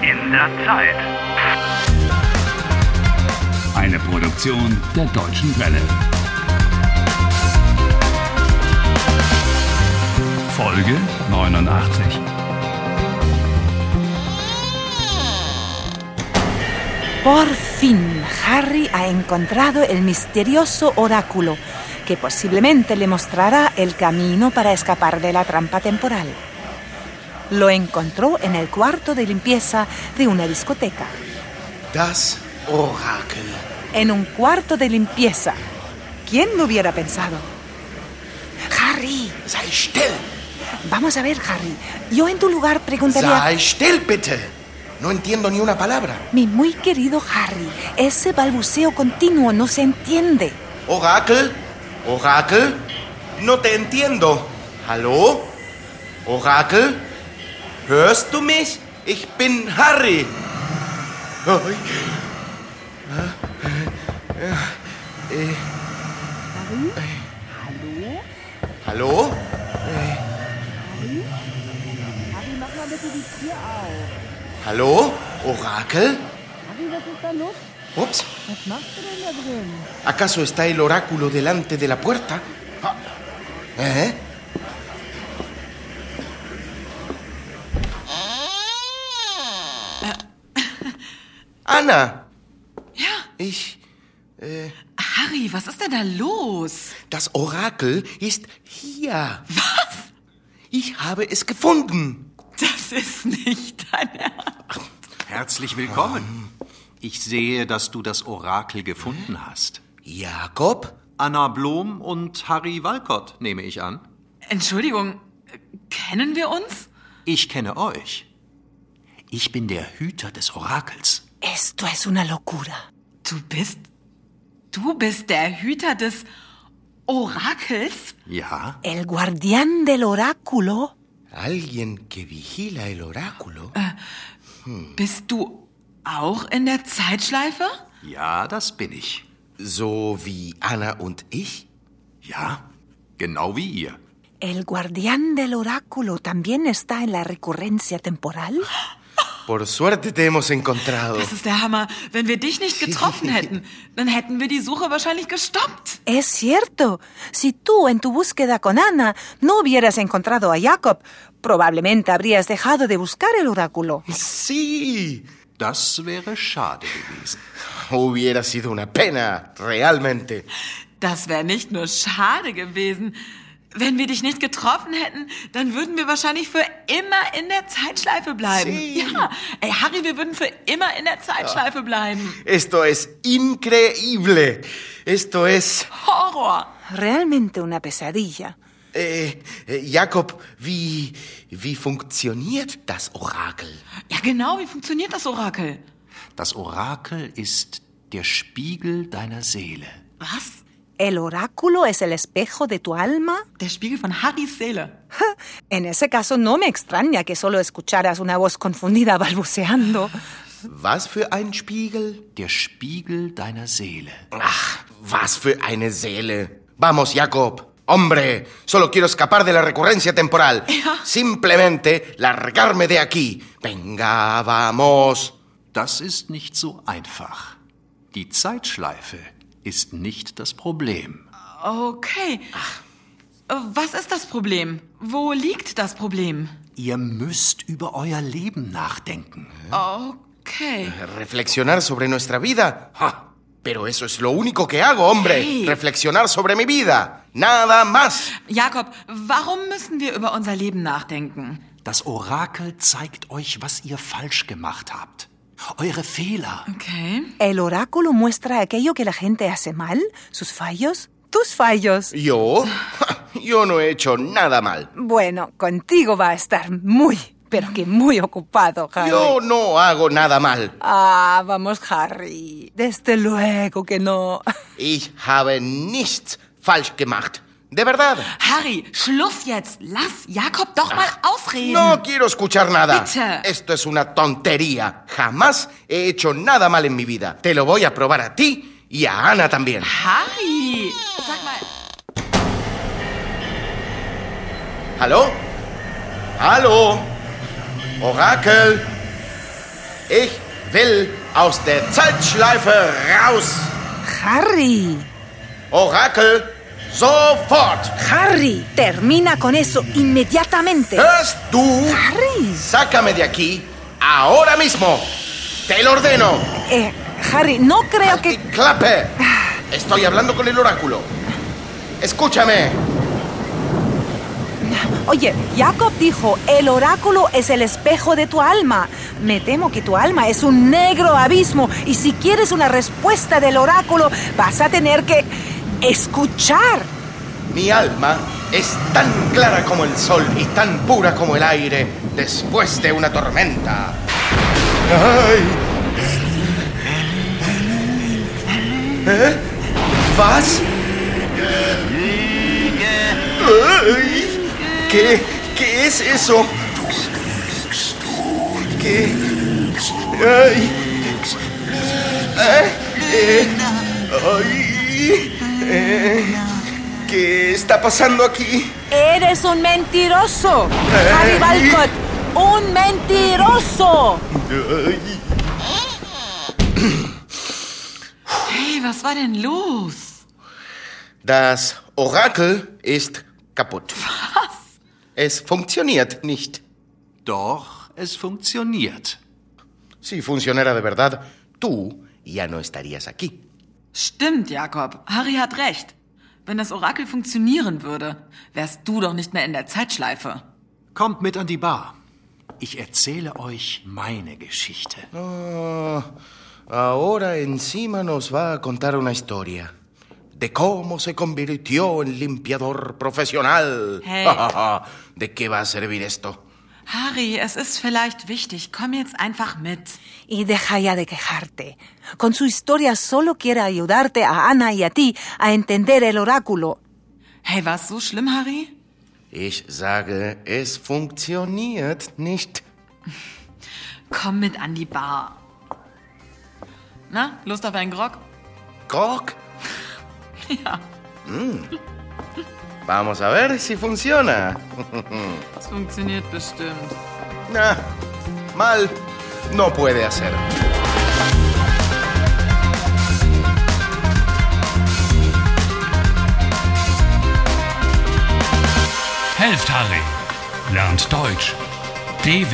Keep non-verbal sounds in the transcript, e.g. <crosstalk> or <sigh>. seiner Zeit. Eine Produktion der Deutschen Welle. Folge 89. Por fin, Harry ha encontrado el misterioso oráculo que posiblemente le mostrará el camino para escapar de la trampa temporal. Lo encontró en el cuarto de limpieza de una discoteca. Das Orakel. En un cuarto de limpieza. ¿Quién lo hubiera pensado? Harry, Sei still! vamos a ver, Harry. Yo en tu lugar preguntaría... Sei still, bitte! No entiendo ni una palabra. Mi muy querido Harry, ese balbuceo continuo no se entiende. Orakel? Orakel? No te entiendo. Hallo? Orakel? Hörst du mich? Ich bin Harry. Oi. Äh, äh, äh. Hallo? Hallo? Orakel? Ups. ¿Acaso está el oráculo delante de la puerta? Ah. ¿Eh? Anna, Ja, ich. Äh, Harry, was ist denn da los? das Orakel ist hier. Was? Ich habe es gefunden. Das ist nicht dein Ernst. Herzlich willkommen. Ich sehe, dass du das Orakel gefunden hast. Jakob? Anna Blom und Harry Walcott, nehme ich an. Entschuldigung, äh, kennen wir uns? Ich kenne euch. Ich bin der Hüter des Orakels. Esto es una locura. Du bist. Du bist der Hüter des Orakels? Ja? El guardián del oráculo. Alguien que vigila el oráculo. Bist du auch in der Zeitschleife? Oh. Ja, das bin ich. So wie Anna und ich? Ja? Genau wie ihr. El guardián del oráculo también está en la recurrencia temporal. Por suerte te hemos encontrado. Das ist der Hammer. Wenn wir dich nicht getroffen hätten, dann hätten wir die Suche wahrscheinlich gestoppt. Es cierto, si tú en tu búsqueda con Ana no hubieras encontrado a Jacob, probablemente habrías dejado de buscar el oráculo. Sí. Das wäre schade gewesen. Hubiera sido una pena, realmente. Das wäre nicht nur schade gewesen. Wenn wir dich nicht getroffen hätten, dann würden wir wahrscheinlich für immer in der Zeitschleife bleiben. Sie. Ja, ey Harry, wir würden für immer in der Zeitschleife bleiben. Esto es increíble. Esto es... Horror. Realmente una pesadilla. Eh, eh, Jakob, wie, wie funktioniert das Orakel? Ja, genau, wie funktioniert das Orakel? Das Orakel ist der Spiegel deiner Seele. Was? ¿El oráculo es el espejo de tu alma? Der Spiegel von Harrys Seele. En ese caso no me extraña que solo escucharas una voz confundida <laughs> balbuceando. Was für ein Spiegel? Der Spiegel deiner Seele. Ach, was für eine Seele. Vamos, Jakob. Hombre, solo quiero escapar de la recurrencia temporal. Simplemente largarme de aquí. Venga, vamos. Das ist nicht so einfach. Die Zeitschleife ist nicht das Problem. Okay. Äh, Was ist das Problem? Wo liegt das Problem? Ihr müsst über euer Leben nachdenken. Okay. Reflexionar sobre nuestra vida. Ja, pero eso es lo único que hago, hombre. Hey. Reflexionar sobre mi vida. Nada más. Jakob, warum müssen wir über unser Leben nachdenken? Das Orakel zeigt euch, was ihr falsch gemacht habt. Eure Fehler. Okay. El oráculo muestra aquello que la gente hace mal, sus fallos, tus fallos. ¿Yo? Ja, Yo no he hecho nada mal. Bueno, contigo va a estar muy, pero que muy ocupado, Harry. Yo no hago nada mal. Ah, vamos, Harry. Desde luego que no. Ich habe nichts falsch gemacht. De verdad. Harry, Schluss jetzt. Lass Jakob doch mal ausreden. No quiero escuchar nada. Bitte. Esto es una tontería. Jamás he hecho nada mal en mi vida. Te lo voy a probar a ti y a Ana también. Harry, sag mal. ¿Aló? ¿Aló? Orakel. Ich will aus der Zeitschleife raus. Harry, Orakel, sofort. Harry, termina con eso inmediatamente. Hörst du? Harry. Sácame de aquí, ahora mismo. Te lo ordeno. Eh, Harry, no creo ¡Halt die que... Klappe. Estoy hablando con el oráculo. Escúchame. Oye, Jacob dijo, el oráculo es el espejo de tu alma. Me temo que tu alma es un negro abismo y si quieres una respuesta del oráculo, vas a tener que escuchar. Mi alma es tan clara como el sol y tan pura como el aire después de una tormenta. ¡Ay! ¿Eh? ¿Vas? ¡Ay! ¿Qué? ¿Qué es eso? ¿Qué? ¡Ay! ¿Eh? Eh, ¡Ay! ¿Qué está pasando aquí? Eres un mentiroso, Harry Balcott. Un mentiroso. Ay. Hey, was war denn los? Das Orakel ist kaputt. Was? Es funktioniert nicht. Doch, es funktioniert. Si funcionara de verdad, tú ya no estarías aquí. Stimmt, Jakob. Harry hat recht. Wenn das Orakel funktionieren würde, wärst du doch nicht mehr in der Zeitschleife. Kommt mit an die Bar. Ich erzähle euch meine Geschichte. Ah, Ahora encima nos va a contar una historia de cómo se convirtió en limpiador profesional. Hey. ¿De qué va a servir esto? Harry, es ist vielleicht wichtig. Komm jetzt einfach mit. Y deja ya de quejarte. Con su historia solo quiere ayudarte a Ana y a ti a entender el oráculo. Hey, war's so schlimm, Harry? Ich sage, es funktioniert nicht. Komm mit an die Bar. Na, Lust auf einen Grog? Grog. Ja, Mm. Vamos a ver si funciona. es funktioniert bestimmt. Ah, mal no puede hacer. Helft Harry. Lernt Deutsch. dw.com/harry.